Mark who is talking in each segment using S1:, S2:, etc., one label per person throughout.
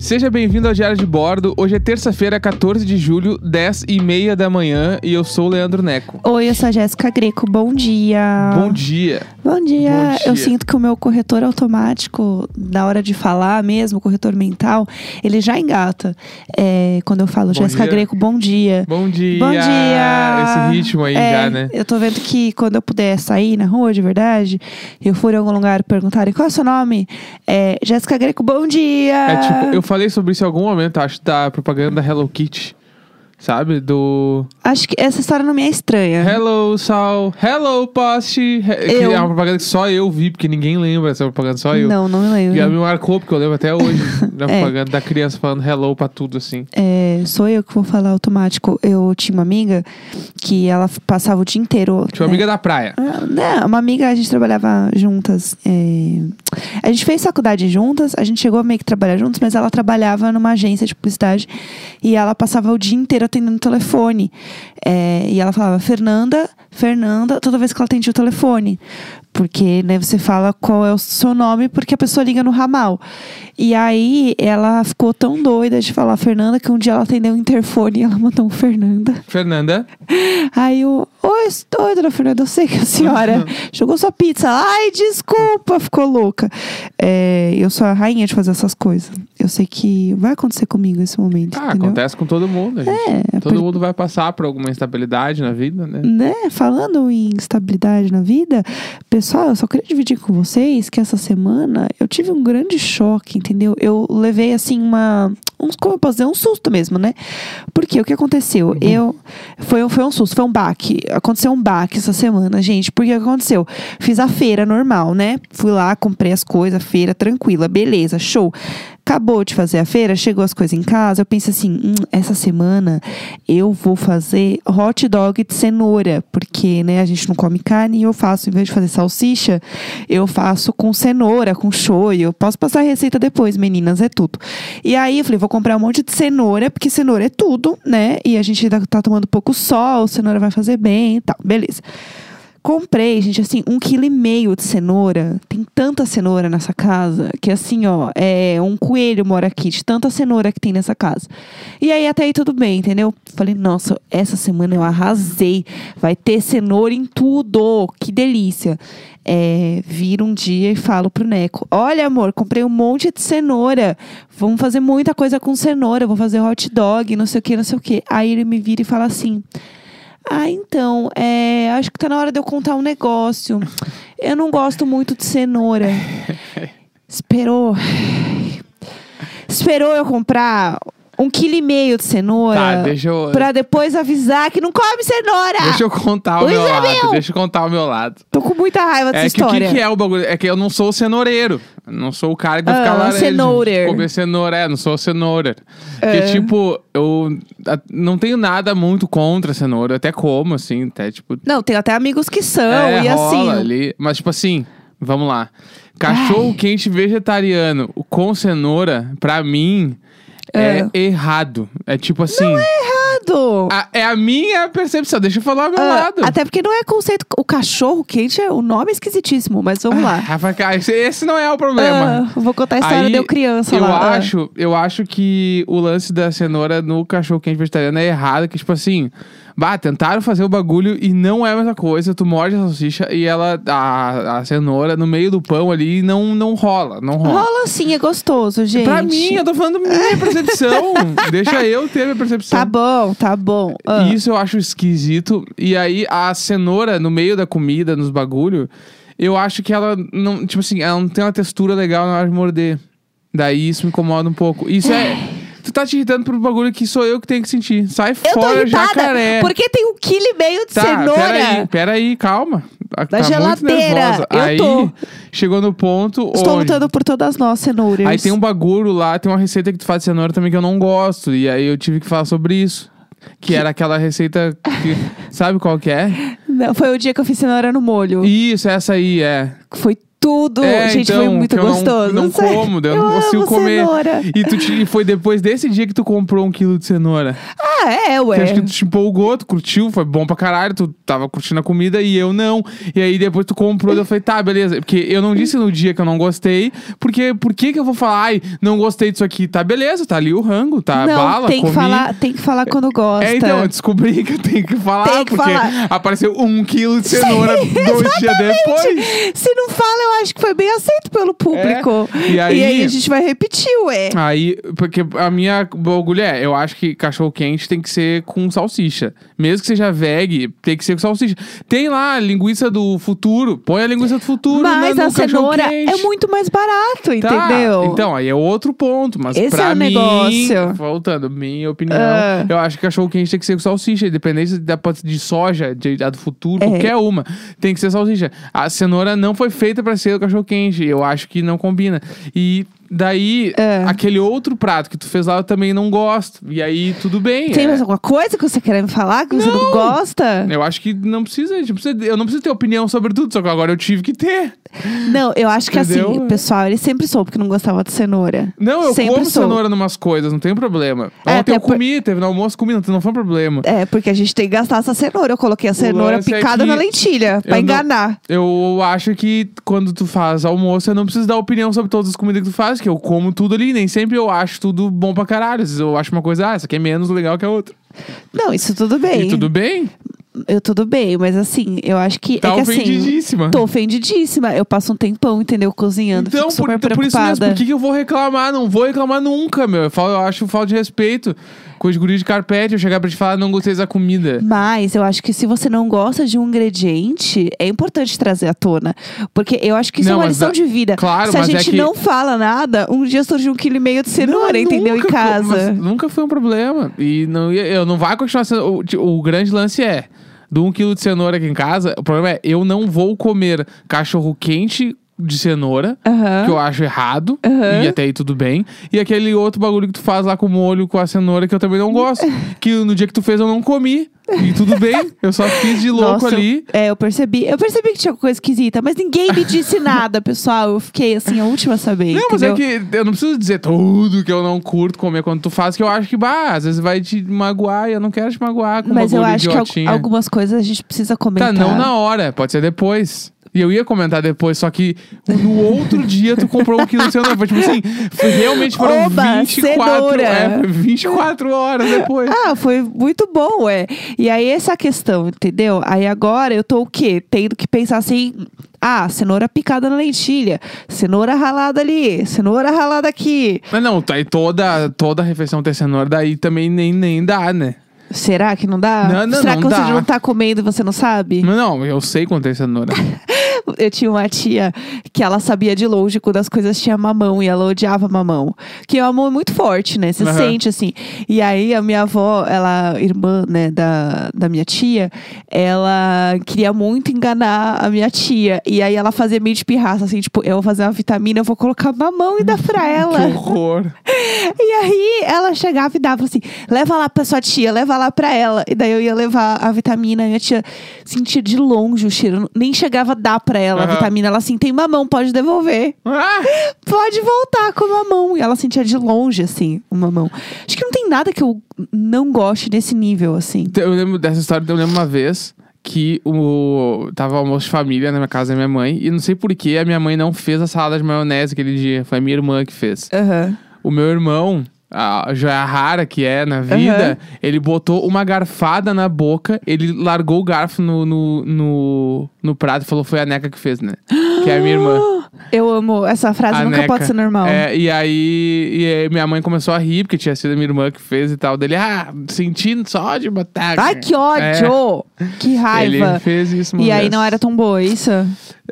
S1: Seja bem-vindo ao Diário de Bordo. Hoje é terça-feira, 14 de julho, 10 e meia da manhã, e eu sou o Leandro Neco.
S2: Oi, eu sou a Jéssica Greco. Bom dia.
S1: Bom dia.
S2: Bom dia.
S1: Bom dia.
S2: Eu sinto que o meu corretor automático, na hora de falar mesmo, o corretor mental, ele já engata. É, quando eu falo,
S1: Bom
S2: Jéssica
S1: dia.
S2: Greco, bom dia.
S1: Bom dia.
S2: Bom dia.
S1: Esse ritmo aí
S2: É,
S1: já, né?
S2: Eu tô vendo que quando eu puder sair na rua de verdade, eu for em algum lugar e perguntarem qual é o seu nome? É, Jéssica Greco, bom dia.
S1: É tipo, eu falei sobre isso em algum momento, acho, da propaganda da Hello Kitty. Sabe? Do
S2: Acho que essa história não me é estranha.
S1: Hello Sal, Hello Poste. He- que
S2: Eu.
S1: É uma propaganda que só eu vi, porque ninguém lembra dessa propaganda, só eu.
S2: Não, não me
S1: E
S2: lembro.
S1: ela me marcou, porque eu lembro até hoje da
S2: É.
S1: propaganda da criança falando hello pra tudo, assim.
S2: É, sou eu que vou falar automático. Eu tinha uma amiga que ela f- passava o dia inteiro.
S1: Tipo,
S2: né?
S1: amiga da praia.
S2: Ah, né, uma amiga, a gente trabalhava juntas. é, A gente fez faculdade juntas, a gente chegou a meio que trabalhar juntos, mas ela trabalhava numa agência de publicidade e ela passava o dia inteiro atendendo o telefone. É, E ela falava, Fernanda, Fernanda, toda vez que ela atendia o telefone. Porque né, você fala qual é o seu nome, porque a pessoa liga no ramal. E aí ela ficou tão doida de falar Fernanda que um dia ela atendeu o interfone e ela mandou um Fernanda.
S1: Fernanda.
S2: Aí o. Oi, oi, dona Fernanda, eu sei que a senhora jogou sua pizza. Ai, desculpa, ficou louca. É, eu sou a rainha de fazer essas coisas. Eu sei que vai acontecer comigo esse momento.
S1: Ah,
S2: entendeu?
S1: acontece com todo mundo, gente.
S2: É,
S1: Todo
S2: por-
S1: mundo vai passar por alguma instabilidade na vida, né?
S2: né? Falando em estabilidade na vida, pessoal, eu só queria dividir com vocês que essa semana eu tive um grande choque, entendeu? Eu levei assim uma uns como eu posso dizer, um susto mesmo, né? Porque o que aconteceu? Eu foi um foi um susto, foi um baque. Aconteceu um baque essa semana, gente. Porque o que aconteceu? Fiz a feira normal, né? Fui lá, comprei as coisas, feira tranquila, beleza, show. Acabou de fazer a feira, chegou as coisas em casa. Eu pensei assim: "Hum, essa semana eu vou fazer hot dog de cenoura, porque né, a gente não come carne e eu faço, em vez de fazer salsicha, eu faço com cenoura, com shoyu. Eu posso passar a receita depois, meninas, é tudo. E aí eu falei: vou comprar um monte de cenoura, porque cenoura é tudo, né? E a gente tá, tá tomando pouco sol, cenoura vai fazer bem e tal. Beleza. Comprei, gente, assim, um quilo e meio de cenoura. Tem tanta cenoura nessa casa que, assim, ó, é um coelho mora aqui, de tanta cenoura que tem nessa casa. E aí, até aí, tudo bem, entendeu? Falei, nossa, essa semana eu arrasei. Vai ter cenoura em tudo. Que delícia. É, viro um dia e falo pro Neco: Olha, amor, comprei um monte de cenoura. Vamos fazer muita coisa com cenoura. Vou fazer hot dog, não sei o que, não sei o que. Aí ele me vira e fala assim. Ah, então, é, acho que tá na hora de eu contar um negócio. Eu não gosto muito de cenoura. Esperou. Esperou eu comprar um quilo e meio de cenoura.
S1: Tá, deixa eu.
S2: é, Pra depois avisar que não come cenoura.
S1: Deixa eu contar o
S2: Luiz
S1: meu lado.
S2: Abel!
S1: Deixa eu contar o meu lado.
S2: Tô com muita raiva dessa
S1: É que o
S2: história.
S1: que, que é o bagulho? É que eu não sou o cenoureiro. Eu Não sou o cara que vai
S2: Ah,
S1: ficar lá.
S2: cenourer.
S1: Comer cenoura, é, não sou o cenoura.
S2: É.
S1: Porque, tipo, eu a- não tenho nada muito contra a cenoura. Eu até como, assim, até, tipo.
S2: Não, tem até amigos que são.
S1: é,
S2: e
S1: rola
S2: assim.
S1: ali. Mas, tipo assim, vamos lá. Cachorro quente vegetariano com cenoura, pra mim, é, errado. É tipo assim.
S2: Errado.
S1: a- é a minha percepção. Deixa eu falar o meu
S2: Ah,
S1: lado.
S2: até porque não é conceito. O cachorro quente é o nome é esquisitíssimo, mas vamos lá.
S1: Ah, vai cá, esse- esse não é o problema.
S2: Ah, vou contar a história
S1: Aí,
S2: de eu criança
S1: eu
S2: lá. Ah.
S1: Acho, eu acho que o lance da cenoura no cachorro quente vegetariano é errado, que tipo assim, bah, tentaram fazer o bagulho e não é a mesma coisa, tu morde a salsicha e ela, a, a cenoura no meio do pão ali não, não rola, não rola.
S2: Rola sim, é gostoso, gente.
S1: Pra mim, eu tô falando minha percepção, deixa eu ter minha percepção.
S2: Tá bom, tá bom. Ah.
S1: E Isso eu acho esquisito. E aí, a cenoura no meio da comida, nos bagulho, eu acho que ela não. Tipo assim, ela não tem uma textura legal na hora de morder. Daí isso me incomoda um pouco. Isso é. Tu tá te irritando por um bagulho que sou eu que tenho que sentir. Sai
S2: Eu tô
S1: fora,
S2: irritada
S1: jacaré.
S2: porque tem um quilo e meio de
S1: Tá, peraí,
S2: cenoura.
S1: peraí, calma. Tá-
S2: Da
S1: tá
S2: geladeira,
S1: Muito nervosa.
S2: eu
S1: aí
S2: tô.
S1: chegou no ponto
S2: Estou
S1: onde...
S2: lutando por todas nós, cenouras.
S1: Aí tem um bagulho lá, tem uma receita que tu faz de cenoura também que eu não gosto. E aí eu tive que falar sobre isso. Que, era aquela receita que. sabe qual que é?
S2: Não, Foi o dia que eu fiz cenoura no molho.
S1: Isso, essa aí é.
S2: Foi tudo.
S1: É,
S2: Uh, Gente,
S1: então,
S2: foi muito
S1: que eu não-
S2: gostoso.
S1: Não,
S2: sério.
S1: como, daí eu não
S2: amo
S1: consigo comer.
S2: cenoura.
S1: E, tu te- e foi depois desse dia que tu comprou um quilo de cenoura.
S2: Ah, é,
S1: Que
S2: ué.
S1: acho que tu te empolgou, tu curtiu, foi bom pra caralho, tu tava curtindo a comida e eu não. E aí depois tu comprou, daí eu falei, tá, beleza. Porque eu não disse no dia que eu não gostei, porque por que que eu vou falar, ai, não gostei disso aqui? Tá, beleza, tá ali o rango, tá,
S2: não,
S1: bala,
S2: tem
S1: comi.
S2: que falar, tem que falar quando gosta.
S1: É, então, eu descobri que eu tenho que falar,
S2: Tem que
S1: porque
S2: falar.
S1: apareceu um quilo de cenoura
S2: Sim,
S1: dois dias depois.
S2: Se não fala, eu acho que foi bem aceito pelo público.
S1: É. E aí-
S2: a gente vai repetir, ué.
S1: Aí, porque a minha bagulho é, eu acho que cachorro quente tem que ser com salsicha. Mesmo que seja veg, tem que ser com salsicha. Tem lá a linguiça do futuro, põe a linguiça do futuro
S2: Mas
S1: na,
S2: a
S1: no
S2: cenoura é
S1: cachorro-quente.
S2: muito mais barato,
S1: Tá,
S2: entendeu?
S1: Então, aí é outro ponto, mas
S2: Esse
S1: pra
S2: é o
S1: mim,
S2: negócio.
S1: voltando, minha opinião,
S2: Ah.
S1: eu acho que cachorro quente tem que ser com salsicha, independente da pode ser de soja, de, da do futuro,
S2: É.
S1: qualquer uma, tem que ser salsicha. A cenoura não foi feita pra ser o cachorro quente, eu acho que não combina. E daí,
S2: É.
S1: aquele outro prato que tu fez lá, eu também não gosto. E aí, tudo bem.
S2: Tem
S1: é.
S2: mais um. alguma coisa que você quer me falar que você não gosta?
S1: Eu acho que não precisa, a gente precisa- eu não preciso ter opinião sobre tudo, só que agora eu tive que ter.
S2: Não, eu acho que assim,
S1: Entendeu?
S2: o pessoal, ele sempre soube que não gostava de cenoura.
S1: Não, eu
S2: sempre
S1: como
S2: soube.
S1: cenoura numas coisas, não tem problema.
S2: É,
S1: Ontem
S2: até
S1: eu
S2: por-
S1: comi, teve no almoço, comi, não, não foi um problema.
S2: É, porque a gente tem que gastar essa cenoura. Eu coloquei a cenoura
S1: lance é
S2: picada
S1: que
S2: na lentilha,
S1: eu
S2: pra
S1: não-
S2: enganar.
S1: Eu acho que quando tu faz almoço, eu não preciso dar opinião sobre todas as comidas que tu faz, que eu como tudo ali, nem sempre eu acho tudo bom pra caralho. Às vezes eu acho uma coisa, ah, essa aqui é menos legal que a outra.
S2: Não, isso tudo bem.
S1: E tudo bem?
S2: Eu tudo bem, mas assim, eu acho que.
S1: Tá
S2: é que, assim,
S1: ofendidíssima.
S2: Tô ofendidíssima. Eu passo um tempão, entendeu? Cozinhando.
S1: Então,
S2: fico
S1: por,
S2: super
S1: então, por isso mesmo,
S2: preocupada.
S1: por que, que eu vou reclamar? Não vou reclamar nunca, meu. Eu, falo- eu acho falta de respeito com os guris de carpete, eu chegar pra te falar, não gostei da comida.
S2: Mas eu acho que se você não gosta de um ingrediente, é importante trazer à tona. Porque eu acho que isso
S1: Não,
S2: é uma
S1: mas
S2: lição
S1: a-
S2: de vida.
S1: claro,
S2: se a
S1: mas é
S2: gente
S1: que- é
S2: não fala nada, um dia surge um quilo e meio de cenoura, entendeu?
S1: nunca foi-
S2: em casa.
S1: mas nunca foi um problema. E não, ia- eu não vai continuar sendo. O, ti- o grande lance é. Do 1 quilo de cenoura aqui em casa, o problema é eu não vou comer cachorro quente de cenoura,
S2: Aham.
S1: que eu acho errado,
S2: Aham.
S1: e até aí tudo bem. E aquele outro bagulho que tu faz lá com molho, com a cenoura, que eu também não gosto. que no dia que tu fez eu não comi, e tudo bem. Eu só fiz de louco
S2: Nossa, eu-
S1: ali.
S2: é, eu percebi. Eu percebi que tinha coisa esquisita, mas ninguém me disse nada, pessoal. Eu fiquei assim, a última a saber.
S1: Não, mas é
S2: entendeu?
S1: que eu não preciso dizer tudo que eu não curto comer quando tu faz, que eu acho que, bah, às vezes vai te magoar e eu não quero te magoar com
S2: Mas
S1: bagulho
S2: eu acho que al-
S1: idiotinha.
S2: algumas coisas a gente precisa
S1: Tá,
S2: comentar.
S1: não na hora, pode ser depois. E eu ia comentar depois, só que no outro dia tu comprou um quilo de cenoura. Foi tipo assim, foi- realmente foram
S2: Oba,
S1: 24,
S2: cenoura.
S1: é, 24 horas depois.
S2: Ah, foi muito bom, é. E aí, essa é a questão, entendeu? Aí agora eu tô o quê? Tendo que pensar assim: ah, cenoura picada na lentilha, cenoura ralada ali, cenoura ralada aqui.
S1: Mas não, tá aí toda, toda refeição ter cenoura, daí também nem, nem dá, né?
S2: Será que não dá?
S1: Não, não,
S2: Será
S1: não
S2: que você
S1: dá.
S2: não tá comendo e você não sabe?
S1: Mas não, eu sei quando tem cenoura. né?
S2: Eu tinha uma tia que ela sabia de longe quando as coisas tinham mamão e ela odiava mamão. Que o amor é muito forte, né? Você
S1: Aham.
S2: sente assim. E aí a minha avó, ela, irmã, né, da, da minha tia, ela queria muito enganar a minha tia. E aí ela fazia meio de pirraça, assim, tipo, eu vou fazer uma vitamina, eu vou colocar mamão e dar pra
S1: que
S2: ela.
S1: horror.
S2: E aí ela chegava e dava assim: leva lá pra sua tia, leva lá pra ela. E daí eu ia levar a vitamina. E a tia sentia de longe o cheiro. Nem chegava a dar pra ela
S1: Aham.
S2: a vitamina. Ela assim: tem mamão, pode devolver.
S1: Ah!
S2: Pode voltar com mamão. E ela sentia de longe, assim, o mamão. Acho que não tem nada que eu não goste desse nível, assim.
S1: Eu lembro dessa história, eu lembro uma vez que o tava almoço de família na minha casa da minha mãe e não sei por que a minha mãe não fez a salada de maionese aquele dia, foi a minha irmã que fez.
S2: Aham.
S1: O meu irmão, a joia rara que é na vida, ele botou uma garfada na boca, ele largou o garfo no, no, no, no prato e falou: Foi a Neca que fez, né? Que é a minha irmã.
S2: Eu amo essa frase,
S1: A
S2: nunca
S1: Neca.
S2: pode ser normal.
S1: É, e aí, e aí minha mãe começou a rir, porque tinha sido a minha irmã que fez e tal. Dele, ah, sentindo só de botar. É.
S2: Ai, que ódio! Que
S1: Ele
S2: raiva!
S1: fez isso, uma
S2: E aí
S1: vez.
S2: não era tão boa, isso?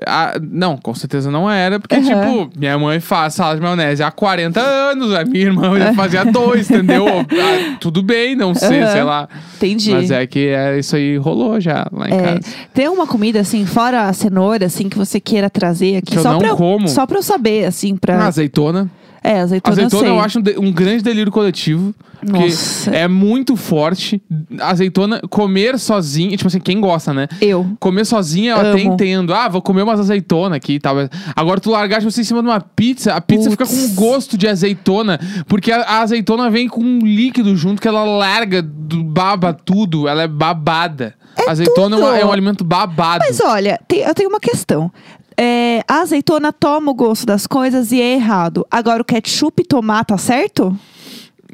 S1: Ah, não, com certeza não era, porque,
S2: Aham.
S1: tipo, minha mãe faz salada de maionese há 40 anos, a minha irmã já fazia dois, entendeu? Ah, tudo bem, não sei,
S2: Aham.
S1: sei lá.
S2: Entendi.
S1: Mas é que é, isso aí rolou já lá em
S2: É.
S1: casa.
S2: Tem uma comida, assim, fora a cenoura, assim, que você queira trazer aqui,
S1: Que eu
S2: só
S1: não
S2: pra pra eu,
S1: como.
S2: só pra eu saber, assim, pra.
S1: Ah, Azeitona.
S2: é, azeitona,
S1: Azeitona
S2: eu sei.
S1: eu acho um, de- um grande delírio coletivo. Porque
S2: Nossa.
S1: é muito forte. Azeitona, comer sozinha, tipo assim, quem gosta, né?
S2: Eu.
S1: Comer sozinha eu até
S2: Amo.
S1: entendo. Ah, vou comer umas azeitona aqui e tal. mas- Agora tu largar tipo, assim, em cima de uma pizza, a pizza fica com
S2: Putz.
S1: um gosto de azeitona. Porque a, a azeitona vem com um líquido junto que ela larga, do- baba tudo. Ela é babada. azeitona é um,
S2: tudo.
S1: é um alimento babado.
S2: Mas olha, tem- eu tenho uma questão. É, a azeitona toma o gosto das coisas e é errado. Agora o ketchup tomar tá certo?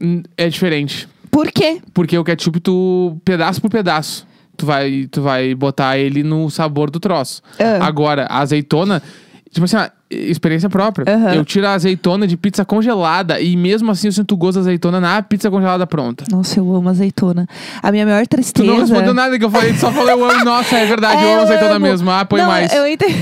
S1: Hum, É diferente.
S2: Por quê?
S1: Porque o ketchup, tu, pedaço por pedaço, tu vai, tu vai botar ele no sabor do troço.
S2: Ah.
S1: Agora, a azeitona, tipo assim, ó, experiência própria.
S2: Aham.
S1: Eu tiro a azeitona de pizza congelada e mesmo assim eu sinto o gosto da azeitona na pizza congelada pronta.
S2: Nossa, eu amo azeitona. A minha maior
S1: Tu
S2: tristeza.
S1: não respondeu nada que eu falei, tu só falou eu amo. Nossa, é verdade,
S2: É,
S1: eu amo azeitona
S2: amo.
S1: mesmo. Ah, põe
S2: Não,
S1: mais.
S2: Eu entendi,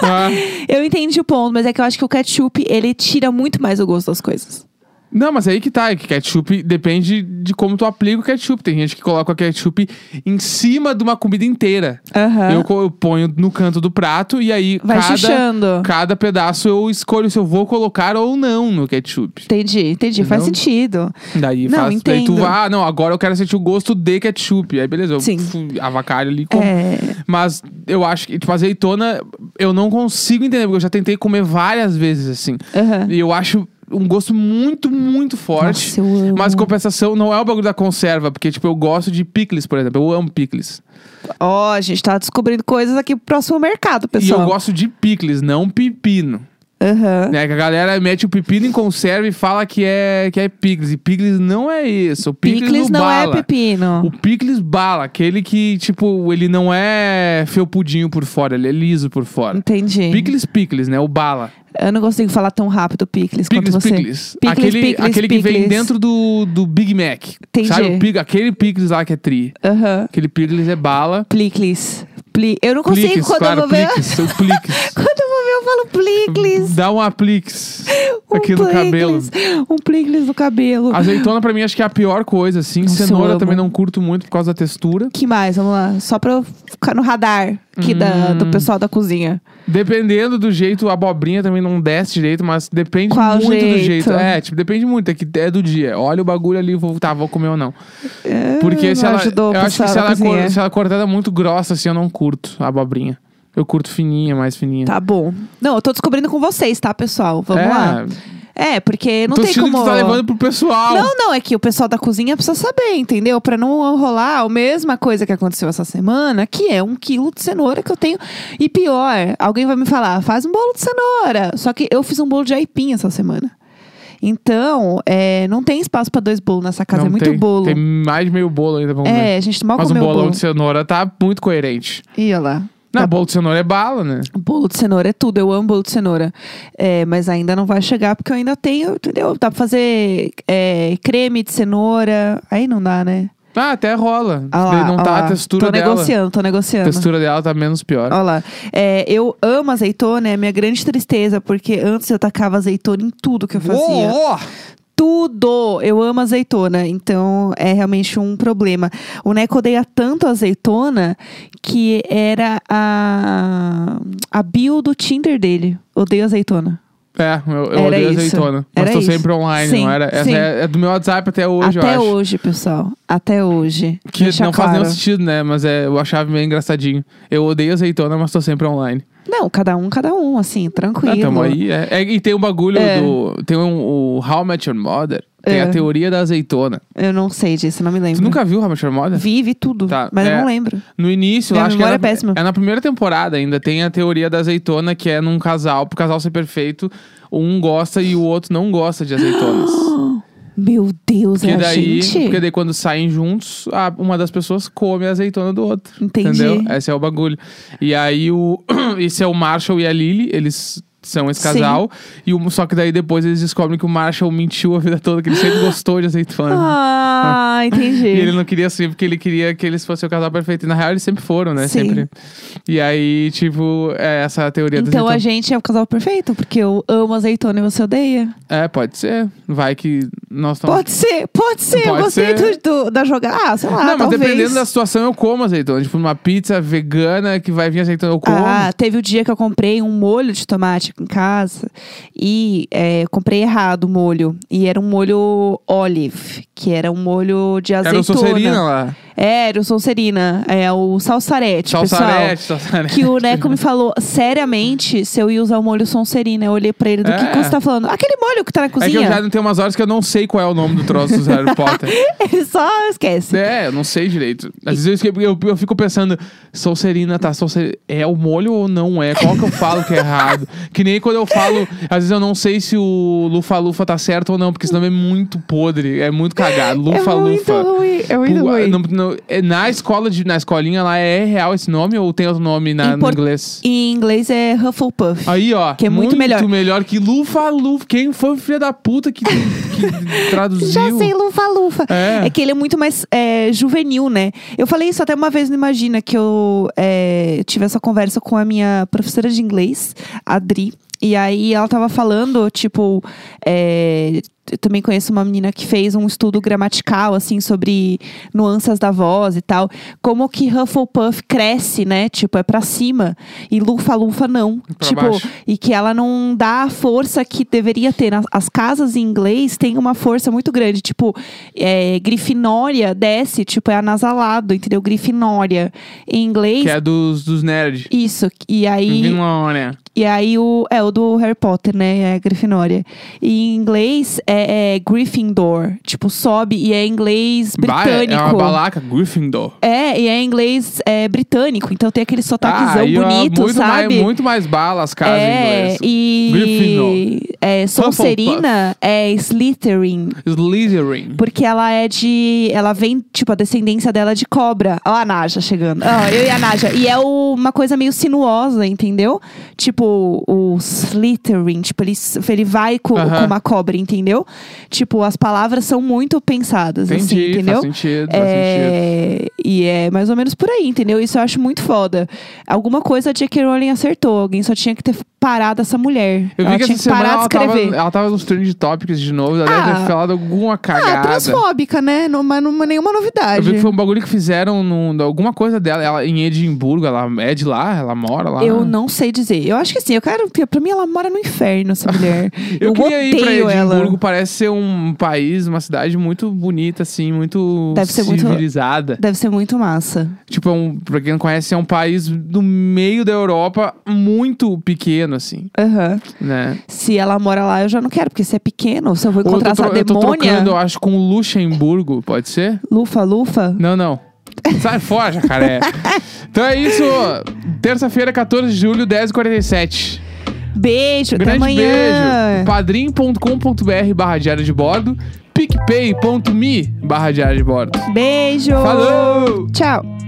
S1: Ah.
S2: eu entendi o ponto, mas é que eu acho que o ketchup, ele tira muito mais o gosto das coisas.
S1: Não, mas aí que tá, é que ketchup depende de como tu aplica o ketchup. Tem gente que coloca o ketchup em cima de uma comida inteira.
S2: Aham.
S1: Eu, co- eu ponho no canto do prato e aí
S2: Vai
S1: cada,
S2: chuchando.
S1: cada pedaço eu escolho se eu vou colocar ou não no ketchup.
S2: Entendi, entendi. Faz
S1: Entendeu?
S2: sentido.
S1: Daí
S2: Não,
S1: faz, daí tu
S2: entendo.
S1: vai, ah, não, agora eu quero sentir o gosto de ketchup. Aí beleza, eu
S2: Sim.
S1: fu- avacalho ali e como.
S2: É.
S1: Mas eu acho que, tipo, azeitona, eu não consigo entender, porque eu já tentei comer várias vezes assim.
S2: Aham.
S1: E eu acho um gosto muito, muito forte.
S2: Nossa, eu amo.
S1: Mas compensação não é o bagulho da conserva, porque, tipo, eu gosto de picles, por exemplo. Eu amo picles.
S2: Ó, a gente tá descobrindo coisas aqui pro próximo mercado, pessoal.
S1: E eu gosto de picles, não pepino.
S2: Aham.
S1: Né? Que a galera mete o pepino em conserva e fala que é, que é picles. E picles não é isso. O picles,
S2: Picles
S1: do
S2: não
S1: bala.
S2: é pepino.
S1: O picles bala, aquele que, tipo, ele não é felpudinho por fora, ele é liso por fora.
S2: Entendi.
S1: Picles, picles, né? O bala.
S2: Eu não consigo falar tão rápido picles,
S1: Picles,
S2: quanto você.
S1: picles. aquele aquele que vem
S2: picles.
S1: dentro do, do Big Mac.
S2: Entendi.
S1: Sabe? o pic- aquele picles lá que é tri.
S2: Aham.
S1: Aquele picles é bala.
S2: Plicles. Pli... Eu não consigo
S1: Pliques,
S2: quando
S1: claro.
S2: eu vou ver.
S1: Pliques, o pliques.
S2: Quando eu vou ver, eu falo plicles.
S1: Dá um aplix
S2: Um
S1: aqui no cabelo.
S2: plicles. Um plicles no cabelo.
S1: Azeitona pra mim acho que é a pior coisa, assim.
S2: Nossa, eu
S1: Cenoura
S2: amo.
S1: também não curto muito por causa da textura.
S2: que mais? Vamos lá. Só pra eu ficar no radar aqui
S1: Hum.
S2: da- do pessoal da cozinha.
S1: Dependendo do jeito, a abobrinha também não desce direito, mas depende
S2: Qual
S1: muito do
S2: jeito?
S1: jeito. É, tipo, depende muito, é que é do dia. Olha o bagulho ali, vou, tá, vou comer ou não.
S2: É,
S1: Porque se
S2: não
S1: ela.
S2: ajudou o
S1: eu acho que
S2: pessoal
S1: se
S2: da
S1: ela, cor-
S2: cozinha.
S1: se ela cortada muito grossa, assim, eu não curto a abobrinha. Eu curto fininha, mais fininha.
S2: Tá bom. Não, eu tô descobrindo com vocês, tá, pessoal? Vamos
S1: Hum. É.
S2: lá. É, porque não
S1: Tô
S2: tem
S1: sentindo que
S2: como.
S1: tu tá levando pro pessoal.
S2: Não, não, é que o pessoal da cozinha precisa saber, entendeu? Pra não rolar a mesma coisa que aconteceu essa semana, que é um quilo de cenoura que eu tenho. E pior, alguém vai me falar, faz um bolo de cenoura. Só que eu fiz um bolo de aipim essa semana. Então, é, não tem espaço pra dois bolos nessa casa,
S1: Não
S2: é muito
S1: tem,
S2: bolo.
S1: Tem mais de meio bolo ainda pra comer.
S2: É, a gente mal
S1: Mas um
S2: comeu o
S1: bolão
S2: bolo.
S1: de cenoura tá muito coerente.
S2: Ih, olha lá.
S1: Não,
S2: Tá-
S1: bolo de cenoura é bala, né?
S2: Bolo de cenoura é tudo, eu amo bolo de cenoura. É, mas ainda não vai chegar porque eu ainda tenho, entendeu? Dá pra fazer é, creme de cenoura. Aí não dá, né?
S1: Ah, até rola.
S2: Ah lá,
S1: Daí não
S2: ah
S1: tá
S2: lá.
S1: a textura
S2: tô
S1: dela.
S2: negociando, tô
S1: A
S2: negociando.
S1: textura dela tá menos pior.
S2: Olha lá. É, eu amo azeitona, é minha grande tristeza, porque antes eu tacava azeitona em tudo que eu fazia.
S1: Uou!
S2: Tudo! Eu amo azeitona, então é realmente um problema. O Neco odeia tanto azeitona que era a, a bio do Tinder dele. Odeio azeitona.
S1: É, eu, eu
S2: Era
S1: odeio
S2: isso.
S1: azeitona. Mas
S2: Era
S1: tô
S2: isso.
S1: sempre online,
S2: Sim,
S1: não era? Essa
S2: sim.
S1: é, é do meu WhatsApp até hoje,
S2: Até
S1: eu acho.
S2: hoje, pessoal. Até hoje.
S1: Que
S2: Deixa
S1: não faz
S2: claro.
S1: nenhum sentido, né? Mas é, eu achava meio engraçadinho. Eu odeio azeitona, mas tô sempre online.
S2: Não, cada um, cada um, assim,
S1: Ah,
S2: tranquilo.
S1: tamo aí. é. É, e tem o bagulho
S2: É.
S1: do. Tem um, o How I Met Your Mother. Tem
S2: É.
S1: a teoria da azeitona.
S2: Eu não sei disso, não me lembro.
S1: Tu nunca viu How I Met Your Mother?
S2: Vive tudo,
S1: Tá,
S2: mas eu
S1: é.
S2: não lembro.
S1: No início, eu
S2: Minha
S1: acho que é na,
S2: memória é péssima.
S1: é na primeira temporada ainda. Tem a teoria da azeitona, que é num casal, pro casal ser perfeito, um gosta e o outro não gosta de azeitonas.
S2: Meu Deus,
S1: Porque
S2: é
S1: daí,
S2: a gente?
S1: porque daí quando saem juntos, a- uma das pessoas come a azeitona do outro.
S2: Entendi.
S1: Entendeu? Esse é o bagulho. E aí o. Esse é o Marshall e a Lily, eles são esse
S2: Sim.
S1: casal. E o, só que daí depois eles descobrem que o Marshall mentiu a vida toda, que ele sempre gostou de azeitona.
S2: Ah, entendi.
S1: E ele não queria assumir porque ele queria que eles fossem o casal perfeito. E na real eles sempre foram, né?
S2: Sim.
S1: Sempre. E aí, tipo, é essa a teoria da
S2: Então a
S1: azeitona.
S2: gente é o casal perfeito, porque eu amo azeitona e você odeia.
S1: É, pode ser. Vai que Nós estamos.
S2: Pode ser, pode ser.
S1: Pode
S2: eu gostei
S1: ser.
S2: do- do- da jogada. Ah, sei lá,
S1: não, mas
S2: talvez.
S1: dependendo da situação, eu como azeitona. Tipo, uma pizza vegana que vai vir azeitona, eu como.
S2: Ah, teve o dia que eu comprei um molho de tomate em casa e é, eu comprei errado o molho. E era um molho olive, que era um molho de azeitona.
S1: Era o Sonserina lá.
S2: É, era o Sonserina. É o salsarete,
S1: Salsarete,
S2: Tipo,
S1: É
S2: pessoal.
S1: salsarete.
S2: Que o Neco me falou, seriamente, se eu ia usar o molho Sonserina. Eu olhei pra ele, do
S1: É.
S2: que, que você tá falando? Aquele molho que tá na
S1: É que eu
S2: cozinha.
S1: já não tenho umas horas que eu não sei qual é o nome do troço do Harry Potter.
S2: Ele só esquece.
S1: É, eu não sei direito. Às vezes eu, eu, eu fico pensando, Sonserina, tá, Sonserina, é o molho ou não é? Qual que eu falo que é errado? Que nem quando eu falo, às vezes eu não sei se o Lufa-Lufa tá certo ou não, porque esse nome é muito podre, é muito cagado,
S2: é muito
S1: Lufa-Lufa.
S2: ruim, é muito
S1: Pô,
S2: ruim.
S1: não- não- é na escola, de, na escolinha lá, é real esse nome ou tem outro nome na,
S2: Em
S1: no
S2: por-
S1: inglês?
S2: Em inglês é Hufflepuff.
S1: Aí, ó.
S2: Que é muito melhor.
S1: que Lufa-Lufa. Quem foi o filho da puta que, que traduziu?
S2: Já sei, lufa-lufa.
S1: É.
S2: que ele é muito mais é, juvenil, né? Eu falei isso até uma vez no Imagina, que eu é, tive essa conversa com a minha professora de inglês, a Dri. E aí ela tava falando, tipo, é, eu também conheço uma menina que fez um estudo gramatical, assim, sobre nuances da voz e tal. Como que Hufflepuff cresce, né? Tipo, é pra cima. E Lufa-Lufa não.
S1: Pra
S2: tipo,
S1: baixo.
S2: e que ela não dá a força que deveria ter. Nas- As casas em inglês têm uma força muito grande. Tipo, é, Grifinória desce, tipo, é anasalado, entendeu? Grifinória. Em inglês.
S1: Que é dos, dos nerds.
S2: Isso. E aí.
S1: Vinlônia.
S2: E aí o. É, o do Harry Potter, né? É Grifinória. E em inglês é, é Gryffindor. Tipo, sobe e é inglês
S1: Bah, é-
S2: britânico.
S1: É uma balaca, Gryffindor. Tá,
S2: É, e é inglês é, britânico, então tem aquele sotaquezão
S1: aí, ó,
S2: bonito,
S1: Ah, muito
S2: sabe?
S1: Mais, muito mais bala as casas em
S2: é,
S1: inglês.
S2: e
S1: Gryffindor.
S2: é, Sonserina é Slytherin,
S1: Slytherin.
S2: porque ela é de. Ela vem, tipo, a descendência dela é de cobra. Ó, a Naja chegando. Ó, eu e a Naja. E é o- uma coisa meio sinuosa, entendeu? Tipo, o Slytherin. Tipo, ele, s- ele vai co-
S1: Aham.
S2: com uma cobra, entendeu? Tipo, as palavras são muito pensadas,
S1: Entendi,
S2: assim,
S1: faz
S2: entendeu?
S1: sentido, faz sentido.
S2: É, e é mais ou menos por aí, entendeu? Isso eu acho muito foda. Alguma coisa a J.K. Rowling acertou. Alguém só tinha que ter parado essa mulher.
S1: Eu
S2: ela
S1: vi que
S2: tinha
S1: essa
S2: que parar
S1: semana ela
S2: de
S1: tava,
S2: escrever.
S1: ela tava nos trend topics de novo. Ela deve
S2: Ah.
S1: ter falado alguma
S2: Ah,
S1: cagada.
S2: transfóbica, né? Não, mas não, nenhuma
S1: eu
S2: novidade.
S1: vi que foi um bagulho que fizeram num, alguma coisa dela. Ela em Edimburgo, ela é de lá, ela mora lá.
S2: Eu não sei dizer. Eu acho que sim. Eu quero. porque Pra mim, ela mora no inferno, essa mulher.
S1: Eu, queria ir pra
S2: odeio
S1: Edimburgo,
S2: ela.
S1: parece ser um país, uma cidade muito bonita, assim, muito
S2: Deve ser muito-
S1: civilizada.
S2: Deve ser muito massa.
S1: Tipo, é um, pra quem não conhece, é um país do meio da Europa muito pequeno, assim,
S2: Aham.
S1: né?
S2: Se ela mora lá, eu já não quero, porque se é pequeno, se eu vou
S1: Ou
S2: encontrar
S1: eu, tô
S2: essa
S1: tro- eu tô
S2: demônia.
S1: trocando, eu acho, com Luxemburgo, pode ser?
S2: Lufa, lufa.
S1: Não, não. Sai fora, jacaré. então é isso. Terça-feira, 14 de julho, 10h47.
S2: Beijo, até
S1: Grande
S2: amanhã.
S1: beijo. padrim.com.br barra diário de bordo. picpay.me barra diário de bordo.
S2: Beijo.
S1: Falou!
S2: Tchau.